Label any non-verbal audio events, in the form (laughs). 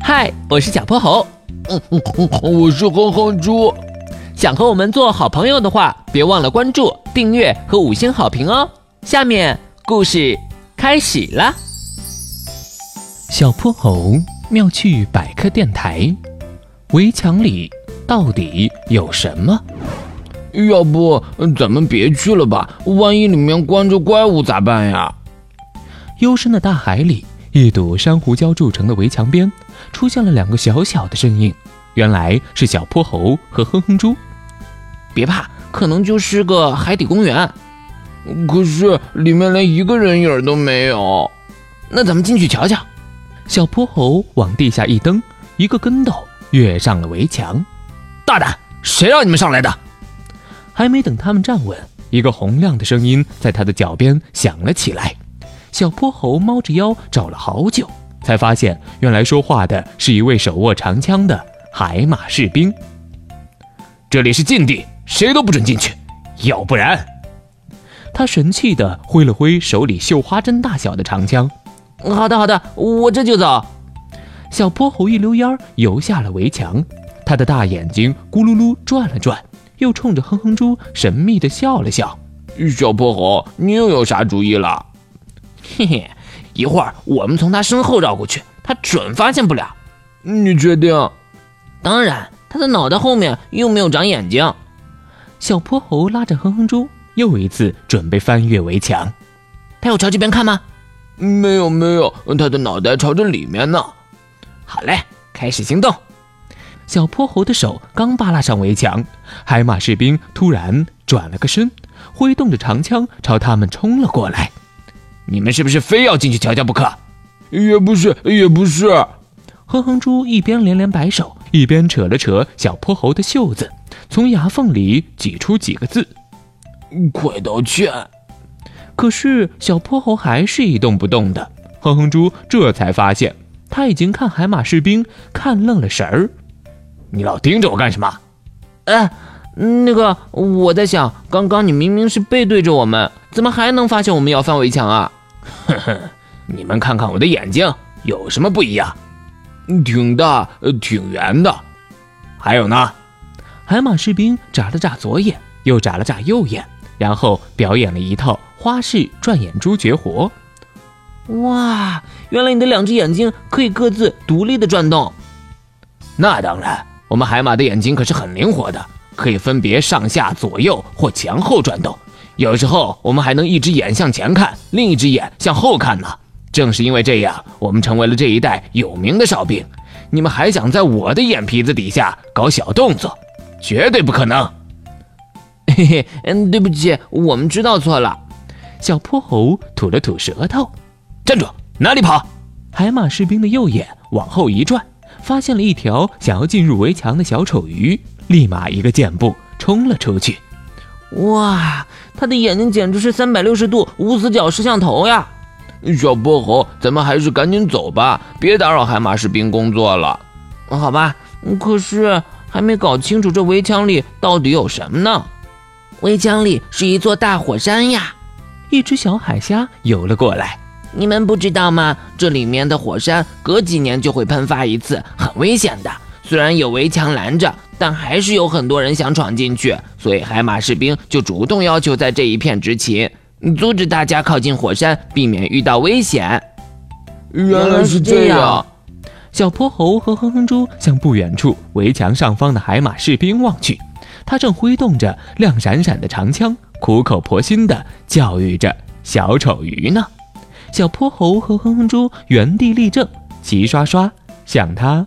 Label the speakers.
Speaker 1: 嗨，我是小泼 (laughs) 猴。
Speaker 2: 嗯嗯嗯，我是哼哼猪。
Speaker 1: 想和我们做好朋友的话，别忘了关注、订阅和五星好评哦。下面故事开始啦！小泼猴妙趣百科电台：围墙里到底有什么？
Speaker 2: 要不咱们别去了吧？万一里面关着怪物咋办呀？
Speaker 1: 幽深的大海里，一堵珊瑚礁筑成的围墙边，出现了两个小小的身影，原来是小泼猴和哼哼猪。别怕，可能就是个海底公园。
Speaker 2: 可是里面连一个人影儿都没有。
Speaker 1: 那咱们进去瞧瞧。小泼猴往地下一蹬，一个跟斗跃上了围墙。
Speaker 3: 大胆，谁让你们上来的？
Speaker 1: 还没等他们站稳，一个洪亮的声音在他的脚边响了起来。小泼猴猫着腰找了好久，才发现原来说话的是一位手握长枪的海马士兵。
Speaker 3: 这里是禁地，谁都不准进去，要不然……
Speaker 1: 他神气地挥了挥手里绣花针大小的长枪。好的，好的，我这就走。小泼猴一溜烟儿游下了围墙，他的大眼睛咕噜噜转了转，又冲着哼哼猪神秘地笑了笑。
Speaker 2: 小泼猴，你又有啥主意了？
Speaker 3: 嘿嘿，一会儿我们从他身后绕过去，他准发现不了。
Speaker 2: 嗯你确定？
Speaker 3: 当然，他的脑袋后面又没有长眼睛。
Speaker 1: 小泼猴拉着哼哼猪，又一次准备翻越围墙。
Speaker 3: 他要朝这边看吗？
Speaker 2: 嗯没有没有，他的脑袋朝着里面呢。
Speaker 3: 好嘞，开始行动。
Speaker 1: 小泼猴的手刚扒拉上围墙，海马士兵突然转了个身，挥动着长枪朝他们冲了过来。
Speaker 3: 你们是不是非要进去瞧瞧不可？
Speaker 2: 也不是也不是，
Speaker 1: 哼哼猪一边连连摆手，一边扯了扯小泼猴的袖子，从牙缝里挤出几个字。
Speaker 2: 快道歉！
Speaker 1: 可是小泼猴还是一动不动的。哼哼猪这才发现，他已经看海马士兵看愣了神儿。
Speaker 3: 你老盯着我干什么？
Speaker 1: 哎，那个，我在想，刚刚你明明是背对着我们，怎么还能发现我们要翻围墙啊？
Speaker 3: 你们看看我的眼睛有什么不一样？
Speaker 2: 挺大，呃挺圆的。
Speaker 3: 还有呢，
Speaker 1: 海马士兵眨了眨左眼，又眨了眨右眼，然后表演了一套花式转眼珠绝活。哇，原来你的两只眼睛可以各自独立的转动。
Speaker 3: 那当然，我们海马的眼睛可是很灵活的，可以分别上下左右或前后转动。有时候我们还能一只眼向前看，另一只眼向后看呢。正是因为这样，我们成为了这一代有名的哨兵。你们还想在我的眼皮子底下搞小动作，绝对不可能！
Speaker 1: 嘿嘿，嗯，对不起，我们知道错了。小泼猴吐了吐舌头，
Speaker 3: 站住，哪里跑？
Speaker 1: 海马士兵的右眼往后一转，发现了一条想要进入围墙的小丑鱼，立马一个箭步冲了出去。哇，他的眼睛简直是三百六十度无死角摄像头呀！
Speaker 2: 小泼猴，咱们还是赶紧走吧，别打扰海马士兵工作了。
Speaker 1: 好吧，嗯可是还没搞清楚这围墙里到底有什么呢？围墙里是一座大火山呀！一只小海虾游了过来。你们不知道吗？这里面的火山隔几年就会喷发一次，很危险的。虽然有围墙拦着，但还是有很多人想闯进去，所以海马士兵就主动要求在这一片执勤，阻止大家靠近火山，避免遇到危险。
Speaker 2: 原来是这样。
Speaker 1: 小泼猴和哼哼猪向不远处围墙上方的海马士兵望去，他正挥动着亮闪闪的长枪，苦口婆心地教育着小丑鱼呢。小泼猴和哼哼猪原地立正，齐刷刷向他